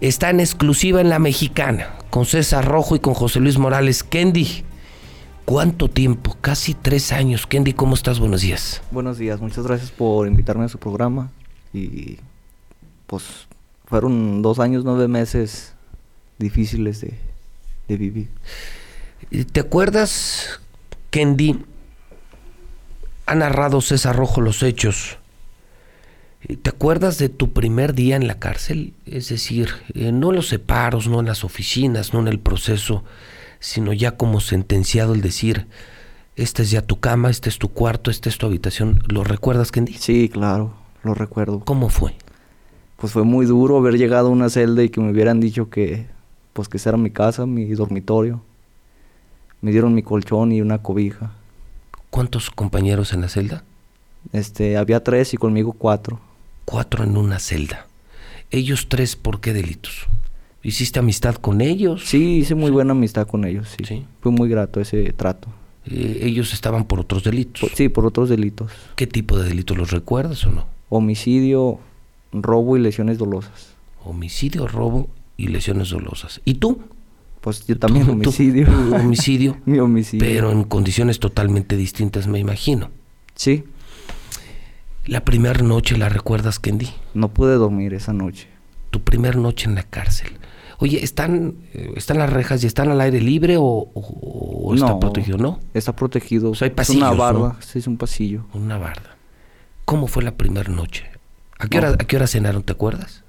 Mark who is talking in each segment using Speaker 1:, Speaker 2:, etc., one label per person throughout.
Speaker 1: Está en exclusiva en La Mexicana, con César Rojo y con José Luis Morales. Kendi, ¿cuánto tiempo? Casi tres años. Kendi, ¿cómo estás? Buenos días.
Speaker 2: Buenos días, muchas gracias por invitarme a su programa. Y pues fueron dos años, nueve meses difíciles de, de vivir.
Speaker 1: Eh, ¿Te acuerdas, Kendi? Ha narrado César Rojo los hechos. Eh, ¿Te acuerdas de tu primer día en la cárcel? Es decir, eh, no en los separos, no en las oficinas, no en el proceso, sino ya como sentenciado el decir, esta es ya tu cama, este es tu cuarto, esta es tu habitación. ¿Lo recuerdas, Kendi?
Speaker 2: Sí, claro, lo recuerdo.
Speaker 1: ¿Cómo fue?
Speaker 2: Pues fue muy duro haber llegado a una celda y que me hubieran dicho que, pues que esa era mi casa, mi dormitorio. Me dieron mi colchón y una cobija.
Speaker 1: ¿Cuántos compañeros en la celda?
Speaker 2: Este, había tres y conmigo cuatro
Speaker 1: cuatro en una celda. Ellos tres, ¿por qué delitos? ¿Hiciste amistad con ellos?
Speaker 2: Sí, hice muy sí. buena amistad con ellos, sí. sí. Fue muy grato ese trato.
Speaker 1: Eh, ¿Ellos estaban por otros delitos?
Speaker 2: Por, Pues sí, por otros delitos.
Speaker 1: ¿Qué tipo de delitos los recuerdas o no?
Speaker 2: Homicidio, robo y lesiones dolosas.
Speaker 1: Homicidio, robo y lesiones dolosas. ¿Y tú?
Speaker 2: Pues yo también ¿Tú, homicidio.
Speaker 1: Tú, homicidio.
Speaker 2: Mi homicidio.
Speaker 1: Pero en condiciones totalmente distintas, me imagino.
Speaker 2: Sí,
Speaker 1: ¿La primera noche la recuerdas, Kendi?
Speaker 2: No pude dormir esa noche.
Speaker 1: Tu primera noche en la cárcel. Oye, ¿están, eh, están las rejas y están al aire libre o, o, o está no, protegido, no?
Speaker 2: Está protegido.
Speaker 1: O sea, hay pasillos,
Speaker 2: es una barda,
Speaker 1: ¿no?
Speaker 2: sí, es un pasillo.
Speaker 1: Una barda. ¿Cómo fue la primera noche? ¿A qué, no. hora, ¿A qué hora cenaron, te acuerdas?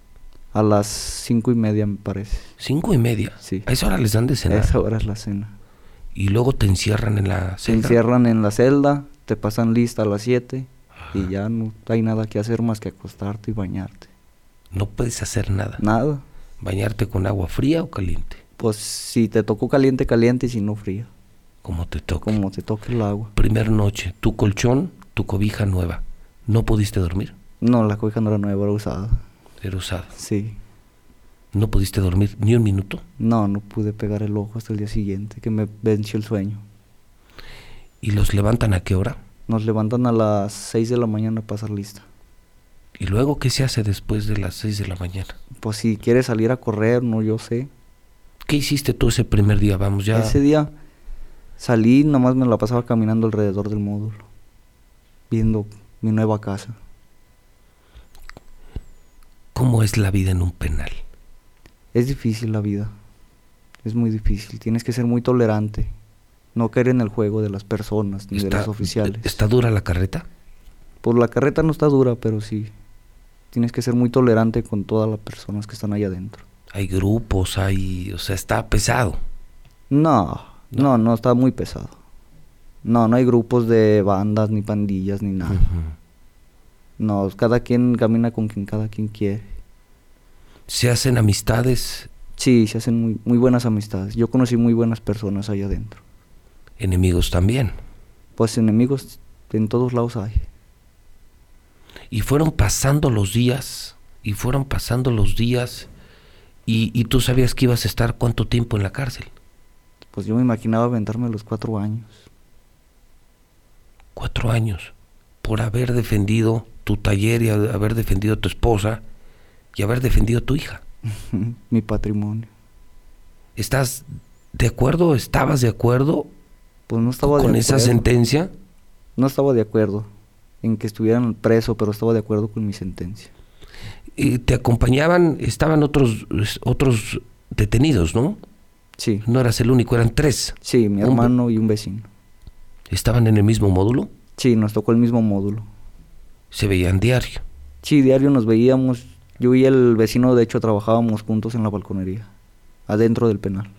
Speaker 2: A las cinco y media, me parece.
Speaker 1: ¿Cinco y media?
Speaker 2: Sí.
Speaker 1: ¿A esa hora les dan de cenar? A
Speaker 2: esa hora es la cena.
Speaker 1: ¿Y luego te encierran en la celda?
Speaker 2: Te encierran en la celda, te pasan lista a las siete y ya no hay nada que hacer más que acostarte y bañarte.
Speaker 1: No puedes hacer nada.
Speaker 2: Nada.
Speaker 1: ¿Bañarte con agua fría o caliente?
Speaker 2: Pues si te tocó caliente, caliente y si no fría.
Speaker 1: Como te toque.
Speaker 2: Como te toque el agua.
Speaker 1: Primer noche, tu colchón, tu cobija nueva. ¿No pudiste dormir?
Speaker 2: No, la cobija no era nueva, era usada.
Speaker 1: Era usada.
Speaker 2: Sí.
Speaker 1: ¿No pudiste dormir ni un minuto?
Speaker 2: No, no pude pegar el ojo hasta el día siguiente, que me venció el sueño.
Speaker 1: ¿Y los levantan a qué hora?
Speaker 2: Nos levantan a las 6 de la mañana a pasar lista.
Speaker 1: ¿Y luego qué se hace después de las 6 de la mañana?
Speaker 2: Pues si quieres salir a correr, no yo sé.
Speaker 1: ¿Qué hiciste tú ese primer día? Vamos Pues ya.
Speaker 2: Ese día salí, nomás me la pasaba caminando alrededor del módulo, viendo mi nueva casa.
Speaker 1: ¿Cómo es la vida en un penal?
Speaker 2: Es difícil la vida. Es muy difícil. Tienes que ser muy tolerante no caer en el juego de las personas ni está, de los oficiales.
Speaker 1: ¿Está dura la carreta?
Speaker 2: Pues la carreta no está dura, pero sí. Tienes que ser muy tolerante con todas las personas que están ahí adentro.
Speaker 1: Hay grupos, hay. O sea, está pesado.
Speaker 2: No, no, no, no está muy pesado. No, no hay grupos de bandas, ni pandillas, ni nada. Uh -huh. No, cada quien camina con quien cada quien quiere.
Speaker 1: ¿Se hacen amistades?
Speaker 2: Sí, se hacen muy, muy buenas amistades. Yo conocí muy buenas personas ahí adentro
Speaker 1: enemigos también.
Speaker 2: Pues enemigos en todos lados hay.
Speaker 1: Y fueron pasando los días, y fueron pasando los días, y, y, tú sabías que ibas a estar cuánto tiempo en la cárcel.
Speaker 2: Pues yo me imaginaba aventarme los cuatro años.
Speaker 1: Cuatro años, por haber defendido tu taller y haber defendido a tu esposa y haber defendido a tu hija.
Speaker 2: Mi patrimonio.
Speaker 1: ¿Estás de acuerdo? ¿Estabas de acuerdo
Speaker 2: pues no estaba
Speaker 1: con de esa sentencia?
Speaker 2: No estaba de acuerdo en que estuvieran preso, pero estaba de acuerdo con mi sentencia.
Speaker 1: ¿Y te acompañaban, estaban otros otros detenidos, ¿no?
Speaker 2: Sí.
Speaker 1: No eras el único, eran tres.
Speaker 2: Sí, mi hermano un, y un vecino.
Speaker 1: ¿Estaban en el mismo módulo?
Speaker 2: Sí, nos tocó el mismo módulo.
Speaker 1: ¿Se veían diario?
Speaker 2: Sí, diario nos veíamos. Yo y el vecino, de hecho, trabajábamos juntos en la balconería, adentro del penal.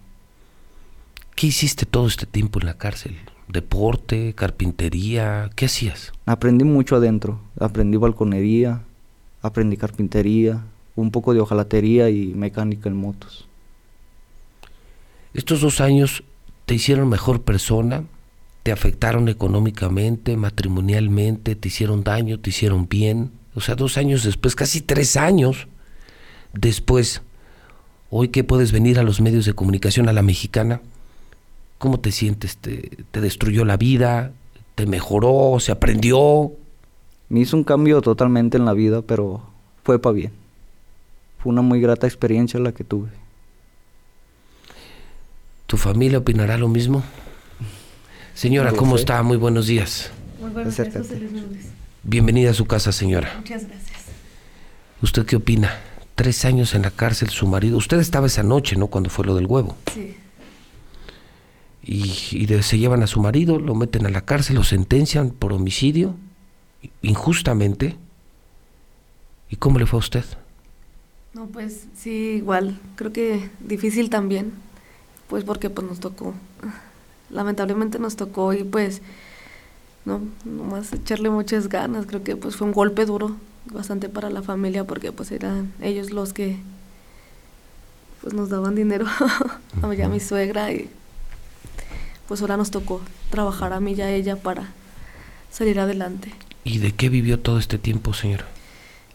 Speaker 1: ¿Qué hiciste todo este tiempo en la cárcel? ¿Deporte, carpintería? ¿Qué hacías?
Speaker 2: Aprendí mucho adentro. Aprendí balconería, aprendí carpintería, un poco de hojalatería y mecánica en motos.
Speaker 1: ¿Estos dos años te hicieron mejor persona? ¿Te afectaron económicamente, matrimonialmente? ¿Te hicieron daño? ¿Te hicieron bien? O sea, dos años después, casi tres años después, hoy que puedes venir a los medios de comunicación, a la mexicana, ¿Cómo te sientes? ¿Te, ¿Te, destruyó la vida? ¿Te mejoró? ¿Se aprendió?
Speaker 2: Me hizo un cambio totalmente en la vida, pero fue para bien. Fue una muy grata experiencia la que tuve.
Speaker 1: ¿Tu familia opinará lo mismo? Señora,
Speaker 2: Yo
Speaker 1: ¿cómo
Speaker 2: sé.
Speaker 1: está? Muy buenos días.
Speaker 3: Muy buenos días, José
Speaker 2: Acércate.
Speaker 3: Luis Méndez.
Speaker 1: Bienvenida a su casa, señora.
Speaker 3: Muchas gracias.
Speaker 1: ¿Usted qué opina? Tres años en la cárcel, su marido. Usted estaba esa noche, ¿no? Cuando fue lo del huevo.
Speaker 3: Sí,
Speaker 1: Y, y de- se llevan a su marido, lo meten a la cárcel, lo sentencian por homicidio, injustamente. ¿Y cómo le fue a usted?
Speaker 3: no, pues sí, igual. Creo que difícil también, pues porque pues nos tocó. Lamentablemente nos tocó y pues, no, nomás echarle muchas ganas. Creo que pues fue un golpe duro, bastante para la familia, porque pues eran ellos los que pues nos daban dinero a mí y a mi suegra y pues ahora nos tocó trabajar a mí y a ella para salir adelante.
Speaker 1: ¿Y de qué vivió todo este tiempo, señora?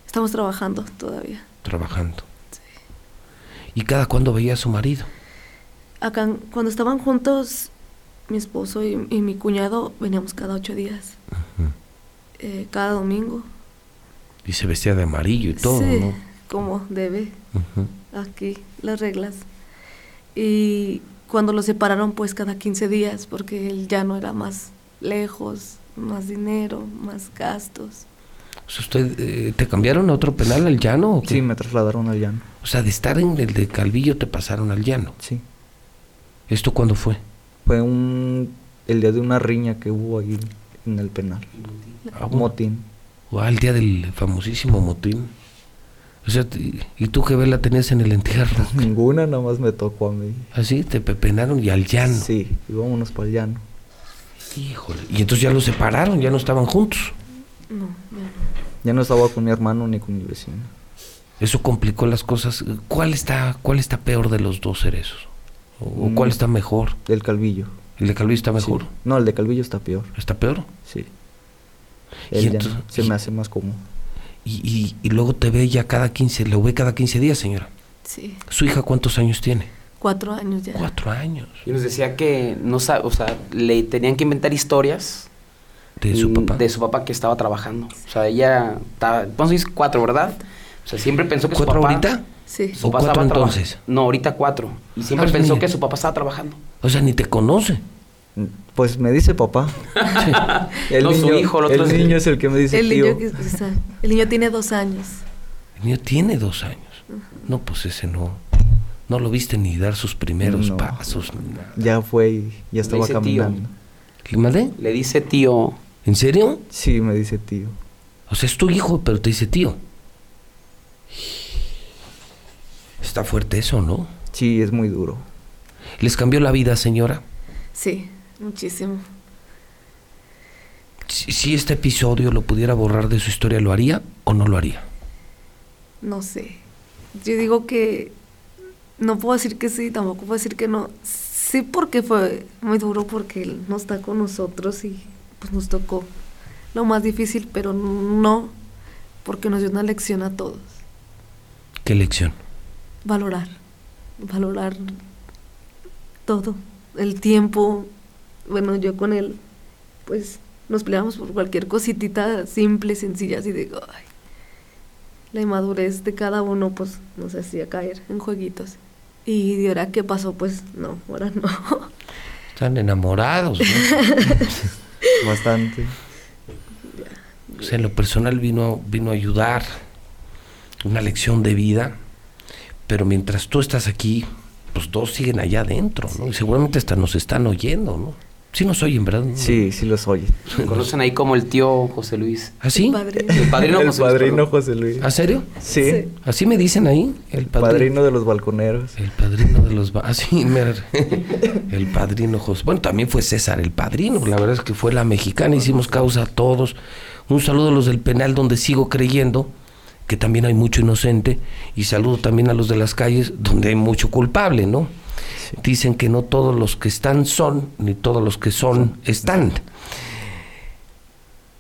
Speaker 3: Estamos trabajando todavía.
Speaker 1: Trabajando. ¿Y cada cuándo veía a su marido?
Speaker 3: Acá, en- cuando estaban juntos, mi esposo y, y mi cuñado veníamos cada ocho días, eh, cada domingo.
Speaker 1: Y se vestía de amarillo y todo,
Speaker 3: sí,
Speaker 1: ¿no?
Speaker 3: como debe,
Speaker 1: Ujú.
Speaker 3: aquí, las reglas. Y cuando los separaron, pues cada 15 días, porque él ya no era más lejos, más dinero, más gastos.
Speaker 1: O sea, ¿Usted eh, te cambiaron a otro penal al llano? o qué?
Speaker 2: Sí, me trasladaron al llano.
Speaker 1: O sea, de estar en el de Calvillo te pasaron al llano.
Speaker 2: Sí.
Speaker 1: ¿Esto cuándo fue?
Speaker 2: Fue un, el día de una riña que hubo ahí en el penal.
Speaker 1: Ah, bueno.
Speaker 2: Motín.
Speaker 1: Ah, el día del famosísimo motín. O sea, t- ¿y tú qué vela tenías en el entierro?
Speaker 2: Ninguna, nada más me tocó a mí.
Speaker 1: Así, te pepenaron y al llano.
Speaker 2: Sí, y vámonos para el llano.
Speaker 1: Híjole. Y entonces ya los separaron, ya no estaban juntos.
Speaker 3: No, ya no.
Speaker 2: Ya no estaba con mi hermano ni con mi vecino.
Speaker 1: Eso complicó las cosas. ¿Cuál está, cuál está peor de los dos cerezos? ¿O o
Speaker 2: Mm.
Speaker 1: cuál está mejor?
Speaker 2: El Calvillo.
Speaker 1: ¿El de Calvillo está
Speaker 2: Sí.
Speaker 1: mejor?
Speaker 2: No, el de Calvillo está peor.
Speaker 1: ¿Está peor?
Speaker 2: Sí.
Speaker 1: Y
Speaker 2: El llano
Speaker 1: entonces-
Speaker 2: se
Speaker 1: y-
Speaker 2: me hace más cómodo.
Speaker 1: Y, y- y luego te ve ya cada 15, lo ve cada 15 días, señora.
Speaker 3: Sí,
Speaker 1: ¿Su hija cuántos años tiene?
Speaker 3: cuatro años ya.
Speaker 1: Cuatro años.
Speaker 4: Y nos decía que no sa- o sea, le tenían que inventar historias
Speaker 1: ¿De su
Speaker 4: mm,
Speaker 1: papá?
Speaker 4: de su papá que estaba trabajando. O sea, ella, ta- ¿cuántos dice? Cuatro, ¿verdad? O sea, siempre pensó que su
Speaker 1: ¿Cuatro
Speaker 4: papá...
Speaker 1: ahorita?
Speaker 3: Sí,
Speaker 1: ¿O cuatro
Speaker 4: estaba traba-
Speaker 1: entonces?
Speaker 4: No, ahorita cuatro. Y siempre
Speaker 1: Ah,
Speaker 4: pensó
Speaker 1: mira.
Speaker 4: que su papá estaba trabajando.
Speaker 1: O sea, ni te conoce.
Speaker 2: Pues me dice papá. El
Speaker 4: No, su
Speaker 2: niño,
Speaker 4: hijo, el
Speaker 2: el
Speaker 4: otro es-
Speaker 2: niño es el que me dice
Speaker 3: el
Speaker 2: tío.
Speaker 3: niño, que- o sea, el niño tiene dos años.
Speaker 1: El niño tiene dos años. No, pues ese no. No lo viste ni dar sus primeros
Speaker 2: No.
Speaker 1: pasos. ni nada.
Speaker 2: Ya fue y ya estaba
Speaker 4: dice tío.
Speaker 2: caminando.
Speaker 1: ¿Le mandé?
Speaker 4: Le dice tío...
Speaker 1: ¿En serio?
Speaker 2: Sí, me dice tío.
Speaker 1: O sea, es tu hijo, pero te dice tío. Está fuerte eso, ¿no?
Speaker 2: Sí, es muy duro.
Speaker 1: ¿Les cambió la vida, señora?
Speaker 3: Sí, muchísimo.
Speaker 1: Si, si este episodio lo pudiera borrar de su historia, ¿lo haría o no lo haría?
Speaker 3: No sé. Yo digo que no puedo decir que sí, tampoco puedo decir que no. Sí porque fue muy duro porque él no está con nosotros y pues nos tocó lo más difícil, pero no porque nos dio una lección a todos.
Speaker 1: ¿Qué lección?
Speaker 3: Valorar, valorar todo, el tiempo. Bueno, yo con él, pues nos peleamos por cualquier cositita simple, sencilla, así de, ay, la inmadurez de cada uno, pues nos hacía caer en jueguitos. Y de ahora que pasó, pues no, ahora no.
Speaker 1: Están enamorados. ¿no?
Speaker 2: Bastante.
Speaker 1: O sea, en lo personal vino, vino a ayudar, una lección de vida, pero mientras tú estás aquí, pues dos siguen allá adentro, ¿no? Y seguramente hasta nos están oyendo, ¿no? Sí nos oyen, ¿verdad?
Speaker 2: Sí, sí los oye.
Speaker 4: Me conocen ahí como el tío José Luis.
Speaker 1: ¿Así?
Speaker 3: Padre.
Speaker 4: El padrino
Speaker 2: el
Speaker 4: José Luis,
Speaker 2: padrino
Speaker 4: perdón.
Speaker 2: José Luis.
Speaker 1: ¿A ¿Ah, serio?
Speaker 2: Sí.
Speaker 3: Sí.
Speaker 1: ¿Así me dicen ahí? Ah, El
Speaker 2: Padrino.
Speaker 1: padrino.
Speaker 2: de los balconeros.
Speaker 1: El padrino de los... ba- Ah, sí, mira. El padrino José... Bueno, también fue César el padrino. La verdad es que fue la mexicana. Hicimos causa a todos. Un saludo a los del penal donde sigo creyendo que también hay mucho inocente. Y saludo también a los de las calles donde hay mucho culpable, ¿no? Dicen que no todos los que están son, ni todos los que son están.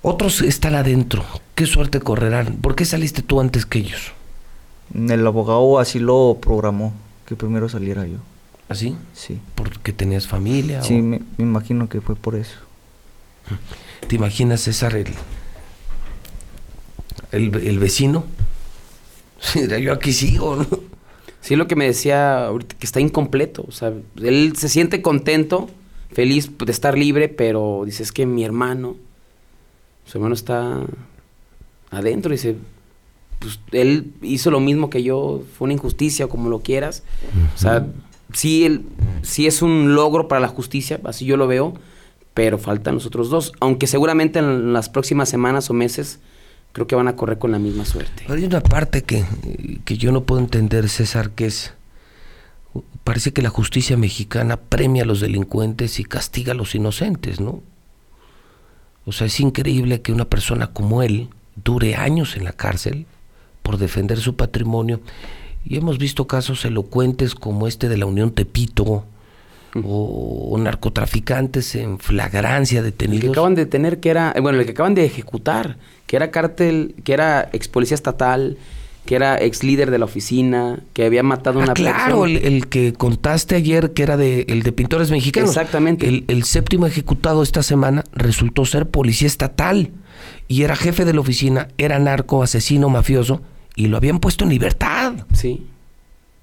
Speaker 1: Otros están adentro. Qué suerte correrán. ¿Por qué saliste tú antes que ellos?
Speaker 2: El abogado así lo programó, que primero saliera yo.
Speaker 1: ¿Así?
Speaker 2: Sí.
Speaker 1: ¿Porque tenías familia?
Speaker 2: Sí,
Speaker 1: o-
Speaker 2: me, me imagino que fue por eso.
Speaker 1: ¿Te imaginas, César, el, el, el vecino? Sí, yo aquí sigo, ¿no?
Speaker 4: Sí, lo que me decía ahorita, que está incompleto. O sea, él se siente contento, feliz de estar libre, pero dice, es que mi hermano, su hermano está adentro. Dice, pues él hizo lo mismo que yo, fue una injusticia o como lo quieras. O sea, sí, él, sí es un logro para la justicia, así yo lo veo, pero faltan los otros dos. Aunque seguramente en las próximas semanas o meses creo que van a correr con la misma suerte.
Speaker 1: Pero hay una parte que, que yo no puedo entender, César, que es, parece que la justicia mexicana premia a los delincuentes y castiga a los inocentes, ¿no? O sea, es increíble que una persona como él dure años en la cárcel por defender su patrimonio. Y hemos visto casos elocuentes como este de la Unión Tepito
Speaker 4: Mm.
Speaker 1: o, o narcotraficantes en flagrancia
Speaker 4: El que
Speaker 1: detenidos.
Speaker 4: acaban de tener que era, eh, bueno, el que acaban de ejecutar, que era cártel, que era ex policía estatal, que era ex líder de la oficina, que había matado a
Speaker 1: Ah,
Speaker 4: una
Speaker 1: claro, el,
Speaker 4: persona.
Speaker 1: el que contaste ayer que era de, el de pintores mexicanos.
Speaker 4: Exactamente.
Speaker 1: El, el séptimo ejecutado esta semana resultó ser policía estatal y era jefe de la oficina, era narco, asesino, mafioso y lo habían puesto en libertad.
Speaker 4: Sí.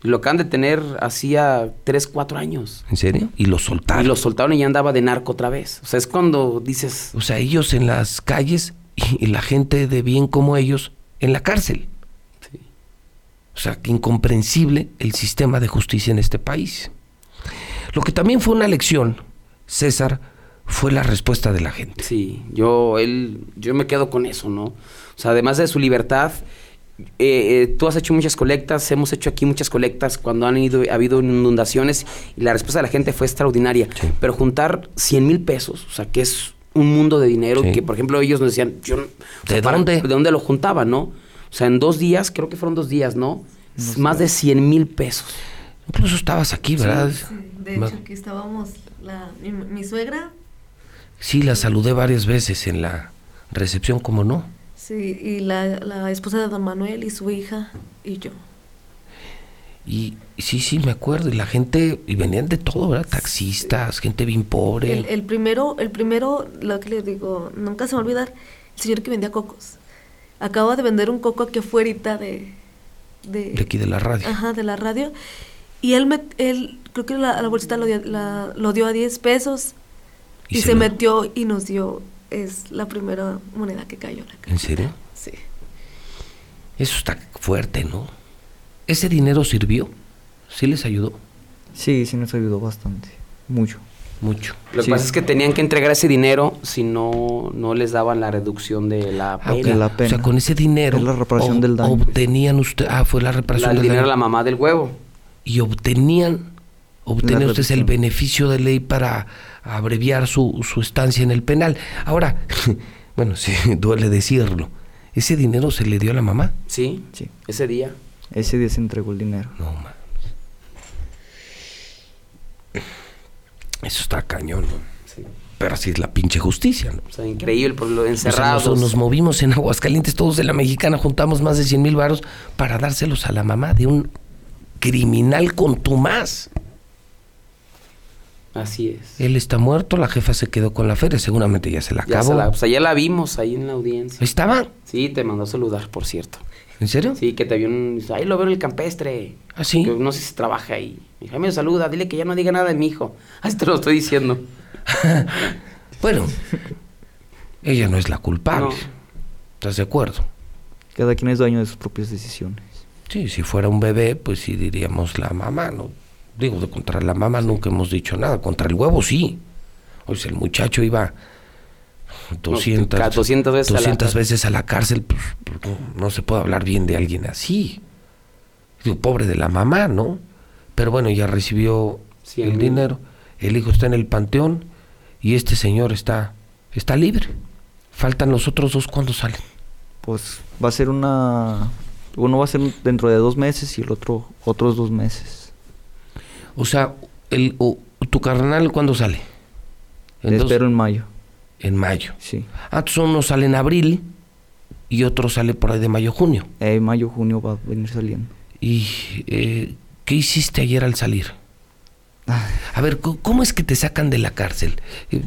Speaker 4: Lo acaban de tener hacía 3, 4 años.
Speaker 1: ¿En serio? Y lo soltaron.
Speaker 4: Y lo soltaron y ya andaba de narco otra vez. O sea, es cuando dices,
Speaker 1: O sea, ellos en las calles y, y la gente de bien como ellos en la cárcel.
Speaker 4: sí,
Speaker 1: O sea, que incomprensible el sistema de justicia en este país. Lo que también fue una lección, César, fue la respuesta de la gente.
Speaker 4: sí, yo, él, yo me quedo con eso, ¿no? O sea, además de su libertad, eh, eh, tú has hecho muchas colectas, hemos hecho aquí muchas colectas cuando han ido, ha habido inundaciones y la respuesta de la gente fue extraordinaria.
Speaker 1: Sí.
Speaker 4: Pero juntar 100 mil pesos, o sea, que es un mundo de dinero
Speaker 1: Sí.
Speaker 4: que, por ejemplo, ellos nos decían, yo, no- o
Speaker 1: ¿De
Speaker 4: para-
Speaker 1: dónde?
Speaker 4: ¿De dónde lo juntaban, no? O sea, en dos días, creo que fueron dos días, ¿no? Más de 100 mil pesos.
Speaker 1: Incluso estabas aquí, ¿verdad?
Speaker 3: Sí, de
Speaker 1: Ma-
Speaker 3: hecho, aquí estábamos, la, mi, mi suegra,
Speaker 1: Sí, la saludé varias veces en la recepción, como no.
Speaker 3: sí, y la, la esposa de don Manuel y su hija y yo.
Speaker 1: Y y sí, sí, me acuerdo. Y la gente, y venían de todo, ¿verdad? Taxistas, gente bien pobre.
Speaker 3: El, el primero, el primero, lo que les digo, nunca se me va a olvidar, el señor que vendía cocos. Acaba de vender un coco aquí afuera de, de...
Speaker 1: De aquí de la radio.
Speaker 3: Ajá, de la radio. Y él, met- él creo que la, la bolsita lo, dio- la- lo dio a 10 pesos y, se,
Speaker 1: lo-
Speaker 3: metió y nos dio, es la primera moneda que cayó en la calle.
Speaker 1: ¿En serio?
Speaker 3: Sí.
Speaker 1: Eso está fuerte, ¿no? ¿Ese dinero sirvió? ¿Sí les ayudó?
Speaker 2: Sí, sí nos ayudó bastante. Mucho.
Speaker 1: Mucho.
Speaker 4: Lo que
Speaker 2: Sí.
Speaker 4: pasa es que tenían que entregar ese dinero si no, no les daban la reducción de la
Speaker 1: Ah, ok.
Speaker 4: pena.
Speaker 2: la
Speaker 1: O sea,
Speaker 2: pena.
Speaker 1: con ese dinero
Speaker 2: Es la reparación
Speaker 1: ob-
Speaker 2: del daño.
Speaker 1: obtenían usted, ah, fue la reparación
Speaker 4: La- el
Speaker 1: del
Speaker 4: dinero a
Speaker 1: daño.
Speaker 4: la mamá del huevo.
Speaker 1: y obtenían, obtenían
Speaker 2: La
Speaker 1: ustedes el
Speaker 2: reducción.
Speaker 1: beneficio de ley para abreviar su, su estancia en el penal. Ahora, bueno, sí, duele decirlo, ese dinero se le dio a la mamá.
Speaker 4: Sí,
Speaker 2: Sí.
Speaker 4: ese día.
Speaker 2: Ese día se entregó el dinero.
Speaker 1: No, mames. Eso está cañón, ¿no?
Speaker 4: Sí.
Speaker 1: Pero así es la pinche justicia, ¿no?
Speaker 4: O sea, increíble, por lo
Speaker 1: O sea,
Speaker 4: encerrados.
Speaker 1: nos, nos movimos en Aguascalientes, todos de la mexicana, juntamos más de 100 mil varos para dárselos a la mamá de un criminal contumaz.
Speaker 4: Así es.
Speaker 1: Él está muerto, la jefa se quedó con la feria, seguramente ya se la
Speaker 4: Ya
Speaker 1: acabó.
Speaker 4: se la, o sea, ya la vimos ahí en la audiencia.
Speaker 1: ¿Estaba?
Speaker 4: Sí, te mandó a saludar, por cierto.
Speaker 1: ¿En serio?
Speaker 4: Sí, que te vio un... dice, Ahí lo veo en el campestre.
Speaker 1: ¿Ah, sí?
Speaker 4: Que no sé si trabaja ahí. Me dijo, "Ay, me saluda, dile que ya no diga nada de mi hijo. Así te lo estoy diciendo.
Speaker 1: Bueno, ella no es la culpable.
Speaker 4: No.
Speaker 1: ¿Estás de acuerdo?
Speaker 2: Cada quien es dueño de sus propias decisiones.
Speaker 1: Sí, si fuera un bebé, pues sí diríamos la mamá, ¿no? Digo, de contra la mamá nunca hemos dicho nada, contra el huevo sí. O sea, el muchacho iba 200,
Speaker 4: ca- 200 veces a la
Speaker 1: 200
Speaker 4: cárcel.
Speaker 1: veces a la cárcel, pues, pues, no, no se puede hablar bien de alguien así. Digo, pobre de la mamá, ¿no? Pero bueno, ya recibió
Speaker 4: Sí,
Speaker 1: el
Speaker 4: el-
Speaker 1: dinero, el hijo está en el panteón y este señor está, está libre. Faltan los otros dos cuando salen.
Speaker 2: Pues va a ser una... Uno va a ser dentro de dos meses y el otro otros dos meses.
Speaker 1: O sea, el, o- tu carnal, ¿cuándo sale?
Speaker 2: Te
Speaker 1: dos-
Speaker 2: espero en mayo.
Speaker 1: en mayo.
Speaker 2: Sí.
Speaker 1: Ah, entonces uno sale en abril y otro sale por ahí de mayo, junio.
Speaker 2: Eh, mayo, junio va a venir saliendo.
Speaker 1: ¿Y eh, qué hiciste ayer al salir? A ver, co- ¿cómo es que te sacan de la cárcel? Eh,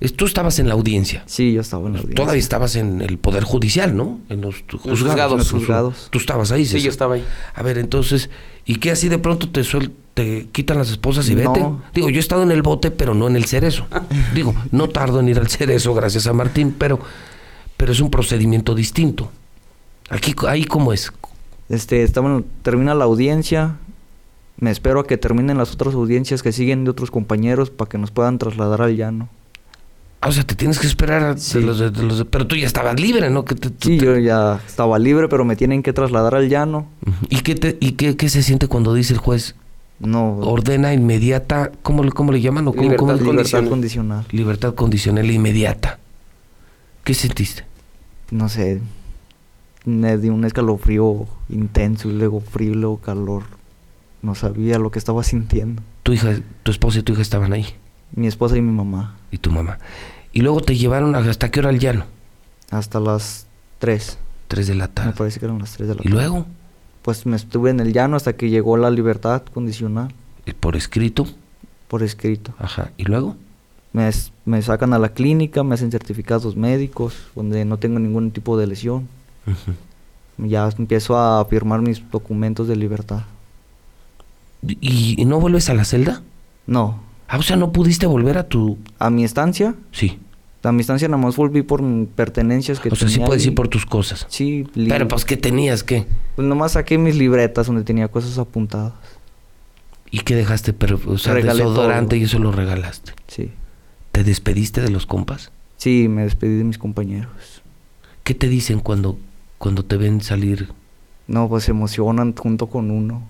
Speaker 1: Es- Tú estabas en la audiencia.
Speaker 2: Sí, yo estaba en la audiencia.
Speaker 1: Todavía estabas en el Poder Judicial, ¿no? En los tu-
Speaker 4: Los juzgados.
Speaker 2: Los juzgados.
Speaker 1: Tú estabas ahí,
Speaker 4: Sí,
Speaker 1: César.
Speaker 4: yo estaba ahí.
Speaker 1: A ver, entonces, ¿y qué así de pronto te suel te quitan las esposas y vete?
Speaker 2: No.
Speaker 1: Digo, yo he estado en el bote, pero no en el cerezo. Digo, no tardo en ir al cerezo, gracias a Martín, pero, pero es un procedimiento distinto. Aquí, co- ahí cómo es.
Speaker 2: Este, estaban, termina la audiencia. Me espero a que terminen las otras audiencias que siguen de otros compañeros para que nos puedan trasladar al llano.
Speaker 1: Ah, o sea, te tienes que esperar a de
Speaker 2: Sí.
Speaker 1: los, de- de los de- pero tú ya estabas libre, ¿no? Que te- tú
Speaker 2: Sí,
Speaker 1: te-
Speaker 2: yo ya estaba libre, pero me tienen que trasladar al llano.
Speaker 1: Ujú. ¿Y, qué, te- y qué, qué se siente cuando dice el juez?
Speaker 2: No,
Speaker 1: Ordena inmediata, ¿cómo, le- cómo le llaman? ¿O cómo-
Speaker 4: Libertad
Speaker 1: cómo le-
Speaker 2: libertad
Speaker 4: condicional.
Speaker 2: condicional.
Speaker 1: libertad condicional inmediata. ¿Qué sentiste?
Speaker 2: No sé, me dio un escalofrío intenso y luego frío y luego calor. No sabía lo que estaba sintiendo.
Speaker 1: Tu hija, tu esposa y tu hija estaban ahí.
Speaker 2: Mi esposa y mi mamá,
Speaker 1: y tu mamá. Y luego te llevaron a- hasta qué hora al llano?
Speaker 2: hasta las 3.
Speaker 1: Tres de la
Speaker 2: Me
Speaker 1: tarde.
Speaker 2: parece que eran las 3 de la
Speaker 1: Y luego,
Speaker 2: Pues me estuve en el llano hasta que llegó la libertad condicional
Speaker 1: eh, por escrito,
Speaker 2: por escrito.
Speaker 1: ajá, y luego,
Speaker 2: Me, s- me sacan a la clínica, me hacen certificados médicos donde no tengo ningún tipo de lesión. Ya empiezo a firmar mis documentos de libertad.
Speaker 1: ¿Y, y no vuelves a la celda?
Speaker 2: No,
Speaker 1: Ah, o sea, no pudiste volver a tu...
Speaker 2: a mi estancia,
Speaker 1: Sí,
Speaker 2: a mi estancia nada más volví por m- pertenencias que
Speaker 1: o sea, sí
Speaker 2: tenía
Speaker 1: puedes
Speaker 2: y-
Speaker 1: ir por tus cosas.
Speaker 2: Sí, li-
Speaker 1: Pero pues, ¿qué tenías? ¿Qué?
Speaker 2: pues nomás saqué mis libretas donde tenía cosas apuntadas.
Speaker 1: ¿Y qué dejaste? Pero, o sea,
Speaker 2: Regalé
Speaker 1: desodorante
Speaker 2: todo.
Speaker 1: y eso lo regalaste.
Speaker 2: Sí,
Speaker 1: ¿Te despediste de los compas?
Speaker 2: sí, me despedí de mis compañeros.
Speaker 1: ¿Qué te dicen cuando, cuando te ven salir?
Speaker 2: No, pues se emocionan junto con uno.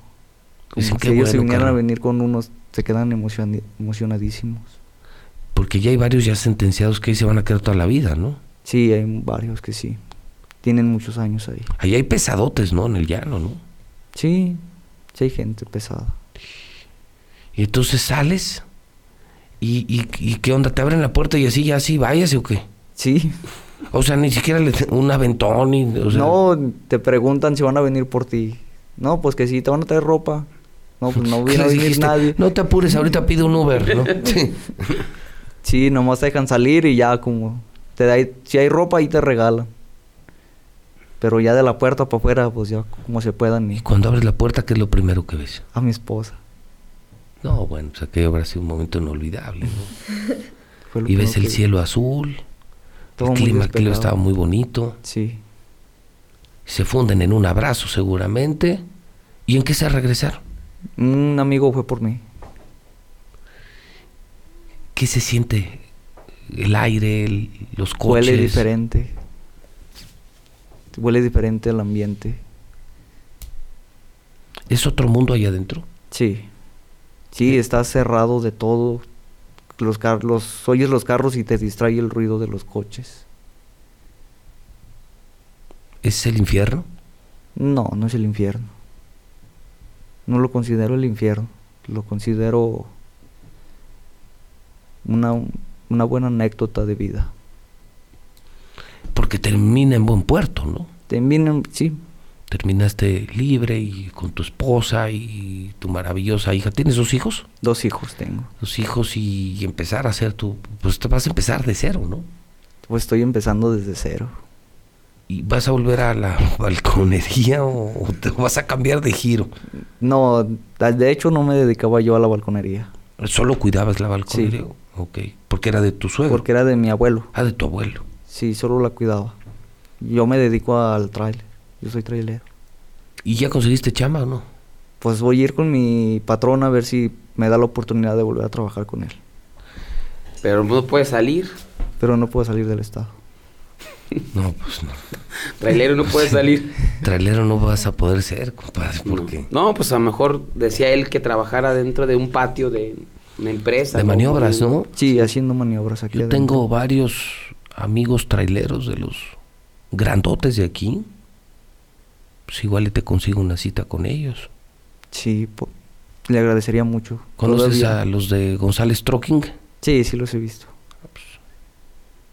Speaker 2: Como
Speaker 1: Dicen,
Speaker 2: si
Speaker 1: "Qué
Speaker 2: ellos se
Speaker 1: bueno,
Speaker 2: vinieran a
Speaker 1: carnal".
Speaker 2: venir con unos, se quedan emocioni- emocionadísimos.
Speaker 1: Porque ya hay varios ya sentenciados que ahí se van a quedar toda la vida, ¿no?
Speaker 2: Sí, hay varios que sí. Tienen muchos años ahí.
Speaker 1: Ahí hay pesadotes, ¿no? En el llano, ¿no?
Speaker 2: Sí, sí hay gente pesada.
Speaker 1: Y entonces sales y, y, y qué onda, te abren la puerta y así, ya así, váyase o qué.
Speaker 2: Sí.
Speaker 1: O sea, ni siquiera le un aventón y, o sea,
Speaker 2: no, te preguntan si van a venir por ti. No, pues que sí, te van a traer ropa. No, pues no
Speaker 1: ¿qué
Speaker 2: viene a
Speaker 1: les
Speaker 2: venir
Speaker 1: dijiste?
Speaker 2: nadie.
Speaker 1: este, No te apures, ahorita pide un Uber, ¿no? Sí.
Speaker 2: Sí, nomás te dejan salir y ya como... Te da, si hay ropa ahí te regalan. Pero ya de la puerta para afuera, pues ya como se puedan.
Speaker 1: Y
Speaker 2: y-
Speaker 1: cuando abres la puerta, ¿qué es lo primero que ves?
Speaker 2: A mi esposa.
Speaker 1: No, bueno, pues aquello habrá sido un momento inolvidable, ¿no?
Speaker 2: Fue lo
Speaker 1: Y ves
Speaker 2: primero
Speaker 1: el
Speaker 2: que-
Speaker 1: cielo azul,
Speaker 2: Todo
Speaker 1: el
Speaker 2: muy
Speaker 1: clima, el clima
Speaker 2: despejado.
Speaker 1: estaba muy bonito,
Speaker 2: Sí.
Speaker 1: se funden en un abrazo seguramente. ¿Y en qué se regresaron?
Speaker 2: Un amigo fue por mí.
Speaker 1: ¿Qué se siente? El aire, el- los coches.
Speaker 2: Huele diferente. Huele diferente el ambiente.
Speaker 1: ¿Es otro mundo allá adentro?
Speaker 2: Sí. Sí, está cerrado de todo. Los carros, oyes los carros y te distrae el ruido de los coches.
Speaker 1: ¿Es el infierno?
Speaker 2: No, no es el infierno. No lo considero el infierno. Lo considero una, una buena anécdota de vida.
Speaker 1: Porque termina en buen puerto, ¿no?
Speaker 2: También, em, sí,
Speaker 1: Terminaste libre y con tu esposa y tu maravillosa hija. ¿Tienes dos hijos?
Speaker 2: dos hijos tengo.
Speaker 1: Dos hijos y, empezar a hacer tu... Pues te vas a empezar de cero, ¿no?
Speaker 2: Pues estoy empezando desde cero.
Speaker 1: ¿Y vas a volver a la balconería o, o te vas a cambiar de giro?
Speaker 2: No, de hecho no me dedicaba yo a la balconería.
Speaker 1: ¿Solo cuidabas la balconería?
Speaker 2: Sí.
Speaker 1: Ok. Porque era de tu suegro.
Speaker 2: Porque era de mi abuelo.
Speaker 1: Ah, de tu abuelo.
Speaker 2: Sí, solo la cuidaba. Yo me dedico al trailer. Yo soy trailero.
Speaker 1: ¿Y ya conseguiste chamba o no?
Speaker 2: Pues voy a ir con mi patrón a ver si me da la oportunidad de volver a trabajar con él.
Speaker 4: Pero no puede salir.
Speaker 2: Pero no puedo salir del estado.
Speaker 1: No, pues no.
Speaker 4: Trailero no puede salir.
Speaker 1: Trailero no vas a poder ser, compadre, porque...
Speaker 4: No, pues a lo mejor decía él que trabajara dentro de un patio de una empresa.
Speaker 1: De
Speaker 4: ¿no?
Speaker 1: maniobras, ¿no?
Speaker 2: Sí, haciendo maniobras aquí.
Speaker 1: Yo
Speaker 2: adentro.
Speaker 1: tengo varios amigos traileros de los grandotes de aquí. Pues igual y te consigo una cita con ellos.
Speaker 2: Sí, po- le agradecería mucho.
Speaker 1: ¿Conoces
Speaker 2: Todavía-
Speaker 1: a los de González Trucking?
Speaker 2: Sí, sí los he visto.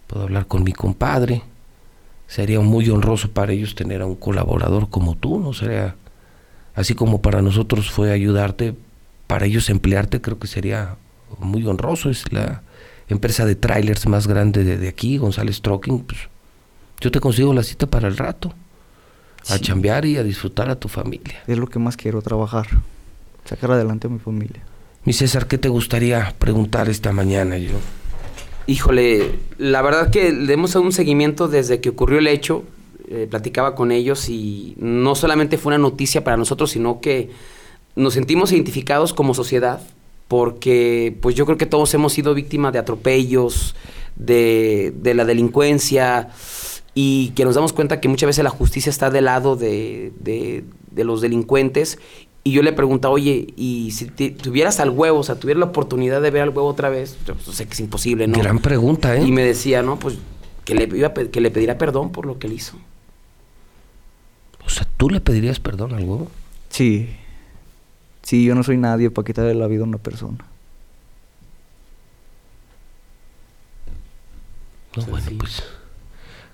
Speaker 1: Puedo hablar con mi compadre. Sería muy honroso para ellos tener a un colaborador como tú, ¿no? Sería, así como para nosotros fue ayudarte, para ellos emplearte creo que sería muy honroso. Es la, empresa de trailers más grande de, de aquí, González Trucking, pues yo te consigo la cita para el rato. A
Speaker 2: Sí.
Speaker 1: chambear y a disfrutar a tu familia.
Speaker 2: Es lo que más quiero trabajar. Sacar adelante a mi familia.
Speaker 1: Mi César, ¿qué te gustaría preguntar esta mañana? Yo,
Speaker 4: Híjole, la verdad que le hemos dado un seguimiento desde que ocurrió el hecho. Eh, platicaba con ellos y no solamente fue una noticia para nosotros, sino que nos sentimos identificados como sociedad, porque pues yo creo que todos hemos sido víctimas de atropellos, de, de la delincuencia, y que nos damos cuenta que muchas veces la justicia está del lado de, de- de los delincuentes. Y yo le preguntaba, oye, y si te- tuvieras al huevo, o sea, tuvieras la oportunidad de ver al huevo otra vez, yo pues, sé que es imposible, ¿no?
Speaker 1: Gran pregunta, ¿eh?
Speaker 4: Y me decía, no, pues que le, iba a pe- que le pedirá perdón por lo que él hizo.
Speaker 1: O sea, ¿tú le pedirías perdón al huevo?
Speaker 2: Sí. Sí, yo no soy nadie para quitarle la vida a una persona.
Speaker 1: No,
Speaker 4: O sea,
Speaker 1: bueno,
Speaker 4: sí.
Speaker 1: pues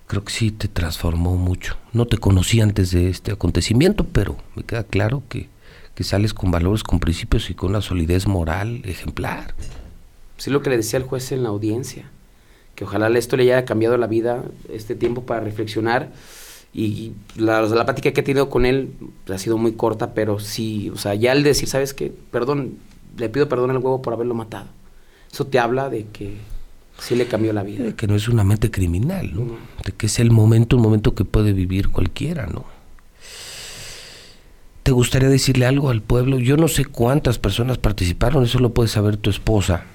Speaker 1: creo que sí te transformó mucho. No te conocí antes de este acontecimiento, pero me queda claro que, que sales con valores, con principios y con una solidez moral ejemplar.
Speaker 4: Sí, lo que le decía el juez en la audiencia, que ojalá esto le haya cambiado la vida, este tiempo para reflexionar. Y la, la plática que he tenido con él ha sido muy corta, pero sí, o sea, ya el decir, ¿sabes qué? Perdón, le pido perdón al huevo por haberlo matado. Eso te habla de que sí le cambió la vida.
Speaker 1: Eh, Que no es una mente criminal, ¿no?
Speaker 4: No.
Speaker 1: De que es el momento, un momento que puede vivir cualquiera, ¿no? ¿Te gustaría decirle algo al pueblo? Yo no sé cuántas personas participaron, eso lo puede saber tu esposa.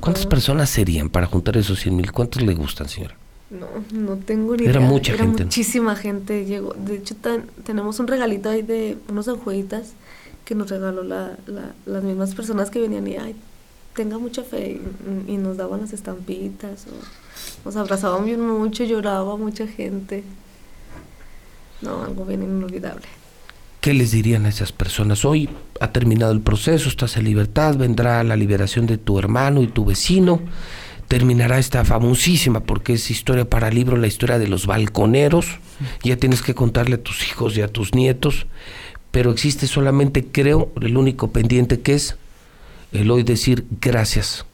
Speaker 1: ¿Cuántas personas serían para juntar esos 100 mil? ¿Cuántos le gustan, señora?
Speaker 3: No, no tengo ni
Speaker 1: Era
Speaker 3: idea.
Speaker 1: mucha gente, ¿no?
Speaker 3: Muchísima gente llegó. De hecho, tan- tenemos un regalito ahí de unos anjuelitas que nos regaló la, la- las mismas personas que venían y, ay, tenga mucha fe. Y, y nos daban las estampitas. O, nos abrazaban bien mucho, lloraba mucha gente. No, algo bien inolvidable.
Speaker 1: ¿Qué les dirían a esas personas? Hoy ha terminado el proceso, estás en libertad, vendrá la liberación de tu hermano y tu vecino, terminará esta famosísima, porque es historia para libro, la historia de los balconeros, ya tienes que contarle a tus hijos y a tus nietos, pero existe solamente, creo, el único pendiente que es el hoy decir gracias.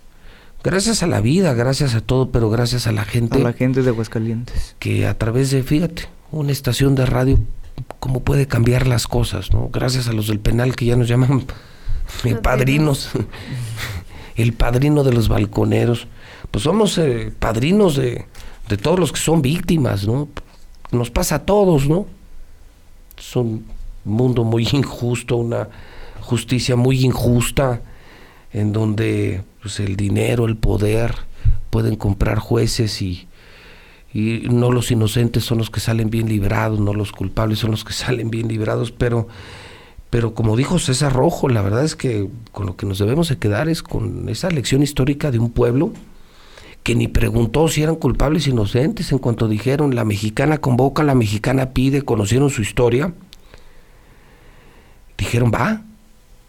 Speaker 1: Gracias a la vida, gracias a todo, pero gracias a la gente
Speaker 2: A la gente de Aguascalientes.
Speaker 1: que a través de, fíjate, una estación de radio, cómo puede cambiar las cosas, ¿no? Gracias a los del penal que ya nos llaman eh, padrinos, el padrino de los balconeros. Pues somos eh, padrinos de, de todos los que son víctimas, ¿no? Nos pasa a todos, ¿no? Es un mundo muy injusto, una justicia muy injusta, en donde pues, el dinero, el poder, pueden comprar jueces y, y no los inocentes son los que salen bien librados, no los culpables son los que salen bien librados, pero, pero como dijo César Rojo, la verdad es que con lo que nos debemos de quedar es con esa lección histórica de un pueblo que ni preguntó si eran culpables o inocentes en cuanto dijeron la mexicana convoca, la mexicana pide, conocieron su historia, dijeron va,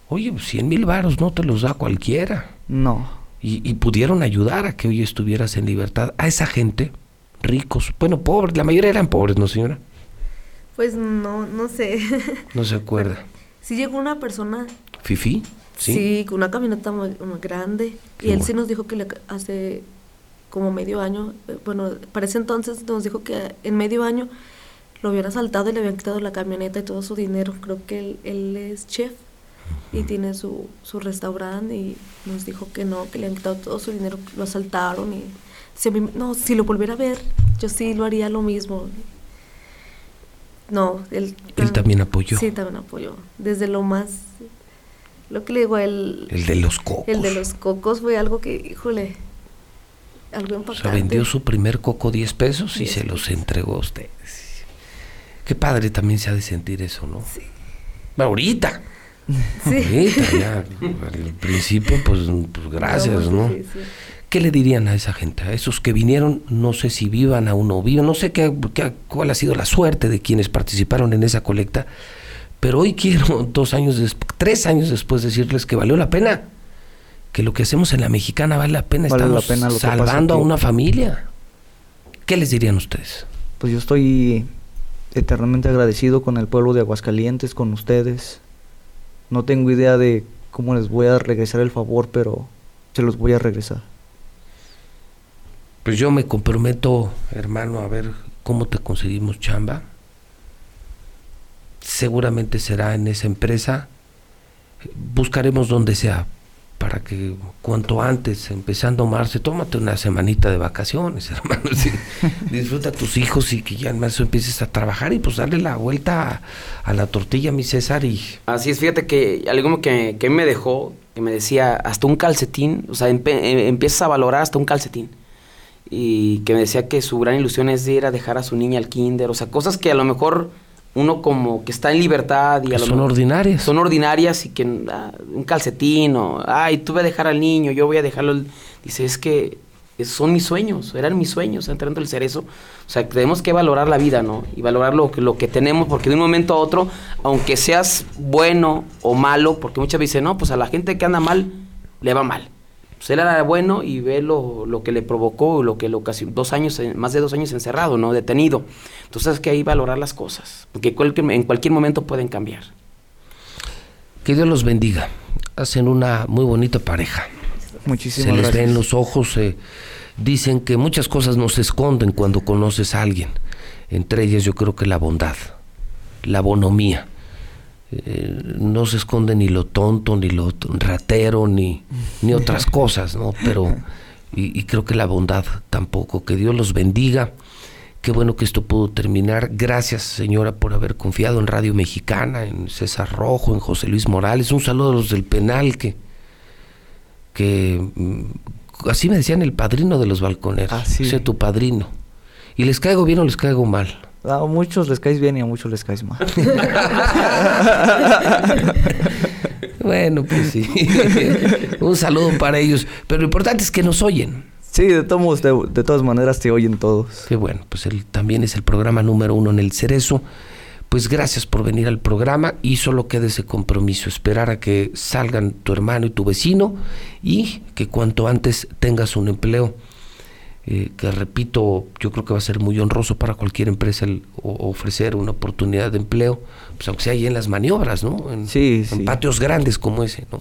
Speaker 1: oye, 100 mil varos no te los da cualquiera
Speaker 2: No.
Speaker 1: y, y pudieron ayudar a que hoy estuvieras en libertad a esa gente, ricos, bueno, pobres, la mayoría eran pobres, ¿no, señora?
Speaker 3: Pues no, no sé.
Speaker 1: No se acuerda.
Speaker 3: sí llegó una persona
Speaker 1: ¿Fifi?
Speaker 3: Sí, con una camioneta muy, muy grande.
Speaker 1: Qué
Speaker 3: y él sí
Speaker 1: bueno.
Speaker 3: nos dijo que le ca- hace como medio año, eh, bueno, para ese entonces nos dijo que en medio año lo habían asaltado y le habían quitado la camioneta y todo su dinero. Creo que él, él es chef y tiene su, su restaurante y nos dijo que no, que le han quitado todo su dinero, que lo asaltaron y si a mí- no, si lo volviera a ver, yo sí lo haría lo mismo. No, él,
Speaker 1: Él también apoyó.
Speaker 3: Sí, también apoyó. Desde lo más, lo que le digo, él,
Speaker 1: El de los cocos.
Speaker 3: el de los cocos fue algo que, híjole, algo
Speaker 1: O
Speaker 3: impactante.
Speaker 1: sea, vendió su primer coco 10 pesos y
Speaker 3: 10
Speaker 1: se los entregó a ustedes. Qué padre también se ha de sentir eso, ¿no?
Speaker 3: Sí.
Speaker 1: Ahorita.
Speaker 3: Sí.
Speaker 1: Ahorita, ya. Al principio, pues, pues, gracias,
Speaker 3: Fue
Speaker 1: ¿no?
Speaker 3: muy difícil.
Speaker 1: ¿Qué le dirían a esa gente? A esos que vinieron, no sé si vivan aún o viven, no sé qué, qué- cuál ha sido la suerte de quienes participaron en esa colecta, pero hoy quiero, dos años desp- tres años después, decirles que valió la pena, que lo que hacemos en la mexicana vale la pena,
Speaker 2: Vale la
Speaker 1: estamos
Speaker 2: pena lo que pasa
Speaker 1: salvando a
Speaker 2: aquí.
Speaker 1: una familia. ¿Qué les dirían ustedes?
Speaker 2: Pues yo estoy eternamente agradecido con el pueblo de Aguascalientes, con ustedes. No tengo idea de cómo les voy a regresar el favor, pero se los voy a regresar.
Speaker 1: Pues yo me comprometo, hermano, a ver cómo te conseguimos chamba. Seguramente será en esa empresa. Buscaremos donde sea para que cuanto antes, empezando marzo, tómate una semanita de vacaciones, hermano. sí. disfruta a tus hijos y que ya en marzo empieces a trabajar y pues darle la vuelta a, a la tortilla, mi César. Y
Speaker 4: Así es, fíjate que algo que, que me dejó, que me decía, hasta un calcetín, o sea, empe- em- empiezas a valorar hasta un calcetín. Y que me decía que su gran ilusión es de ir a dejar a su niña al kinder, o sea, cosas que a lo mejor uno como que está en libertad y a
Speaker 1: que
Speaker 4: lo
Speaker 1: son
Speaker 4: mejor
Speaker 1: ordinarias.
Speaker 4: son ordinarias y que ah, un calcetín o, ay, tú voy a dejar al niño, yo voy a dejarlo. al-". Dice, es que es- son mis sueños, eran mis sueños entrando el cerezo. O sea, tenemos que valorar la vida, ¿no? Y valorar lo que, lo que tenemos, porque de un momento a otro, aunque seas bueno o malo, porque muchas veces dicen, no, pues a la gente que anda mal, le va mal. Pues él era bueno y ve lo, lo que le provocó, lo que le ocasionó, dos años, en- más de dos años encerrado, ¿no? Detenido. Entonces, que ahí valorar las cosas, porque cualquier- en cualquier momento pueden cambiar.
Speaker 1: Que Dios los bendiga. Hacen una muy bonita pareja.
Speaker 2: Muchísimas
Speaker 1: se les
Speaker 2: gracias.
Speaker 1: ve en los ojos. eh, dicen que muchas cosas no se esconden cuando conoces a alguien. Entre ellas yo creo que la bondad, la bonomía. Eh, no se esconde ni lo tonto, ni lo t- ratero, ni, ni otras cosas, ¿no? Pero, y, y creo que la bondad tampoco. Que Dios los bendiga. Qué bueno que esto pudo terminar. Gracias, señora, por haber confiado en Radio Mexicana, en César Rojo, en José Luis Morales. Un saludo a los del penal que, que mm, así me decían el padrino de los balconeros.
Speaker 2: Ah, sí.
Speaker 1: O sea, tu padrino. Y les caigo bien o les caigo mal.
Speaker 2: A muchos les caes bien y a muchos les caes mal.
Speaker 1: Bueno, pues sí. Un saludo para ellos. Pero lo importante es que nos oyen.
Speaker 2: sí, de, todos, modos, de, de todas maneras te oyen todos.
Speaker 1: Qué bueno, pues él también es el programa número uno en el Cerezo. Pues gracias por venir al programa y solo queda ese compromiso, esperar a que salgan tu hermano y tu vecino y que cuanto antes tengas un empleo, eh, que repito, yo creo que va a ser muy honroso para cualquier empresa el o- ofrecer una oportunidad de empleo, pues aunque sea ahí en las maniobras, ¿no? En,
Speaker 2: Sí,
Speaker 1: en
Speaker 2: sí.
Speaker 1: patios grandes como ese, ¿no?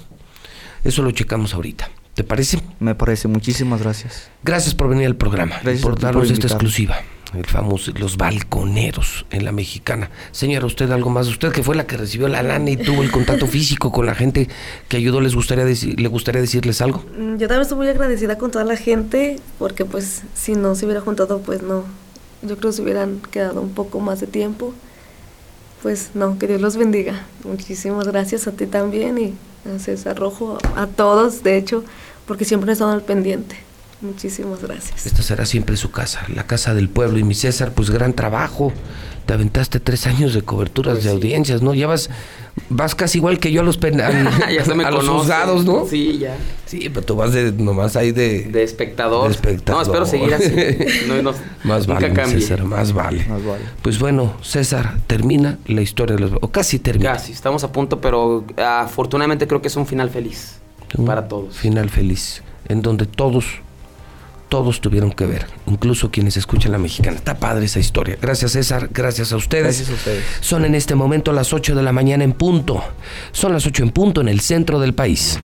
Speaker 1: Eso lo checamos ahorita, ¿te parece?
Speaker 2: Me parece, muchísimas gracias.
Speaker 1: Gracias por venir al programa,
Speaker 2: Gracias a
Speaker 1: por
Speaker 2: ti por
Speaker 1: darnos esta
Speaker 2: invitarme.
Speaker 1: exclusiva. El famoso Los Balconeros en la Mexicana. Señora, usted algo más. Usted que fue la que recibió la lana y tuvo el contacto físico con la gente que ayudó, ¿les gustaría deci- ¿le gustaría decirles algo?
Speaker 3: Mm, Yo también estoy muy agradecida con toda la gente porque pues si no se hubiera juntado pues no, yo creo que se hubieran quedado un poco más de tiempo. Pues no, que Dios los bendiga. Muchísimas gracias a ti también y a César Rojo, a todos de hecho, porque siempre han estado al pendiente. Muchísimas gracias.
Speaker 1: Esta será siempre su casa, la casa del pueblo. Y mi César, pues gran trabajo. Te aventaste tres años de coberturas de audiencias, ¿no? Ya vas, vas casi igual que yo a los, pen- al-
Speaker 4: ya se me
Speaker 1: a los
Speaker 4: conocen.
Speaker 1: juzgados, ¿no?
Speaker 4: Sí, ya.
Speaker 1: Sí, pero tú vas de, nomás ahí de...
Speaker 4: De espectador.
Speaker 1: De espectador.
Speaker 4: No, espero seguir así. No, no,
Speaker 1: más
Speaker 4: nunca
Speaker 1: vale, mi
Speaker 4: cambie.
Speaker 1: César, más vale.
Speaker 2: Más vale.
Speaker 1: Pues bueno, César, termina la historia de los... O casi termina.
Speaker 4: Casi, estamos a punto, pero ah, afortunadamente creo que es un final feliz
Speaker 1: Un
Speaker 4: para todos.
Speaker 1: Final feliz, en donde todos, todos tuvieron que ver, incluso quienes escuchan la mexicana. Está padre esa historia. Gracias César, gracias a ustedes.
Speaker 2: Gracias a ustedes.
Speaker 1: Son en este momento las 8 de la mañana en punto. Son las 8 en punto en el centro del país.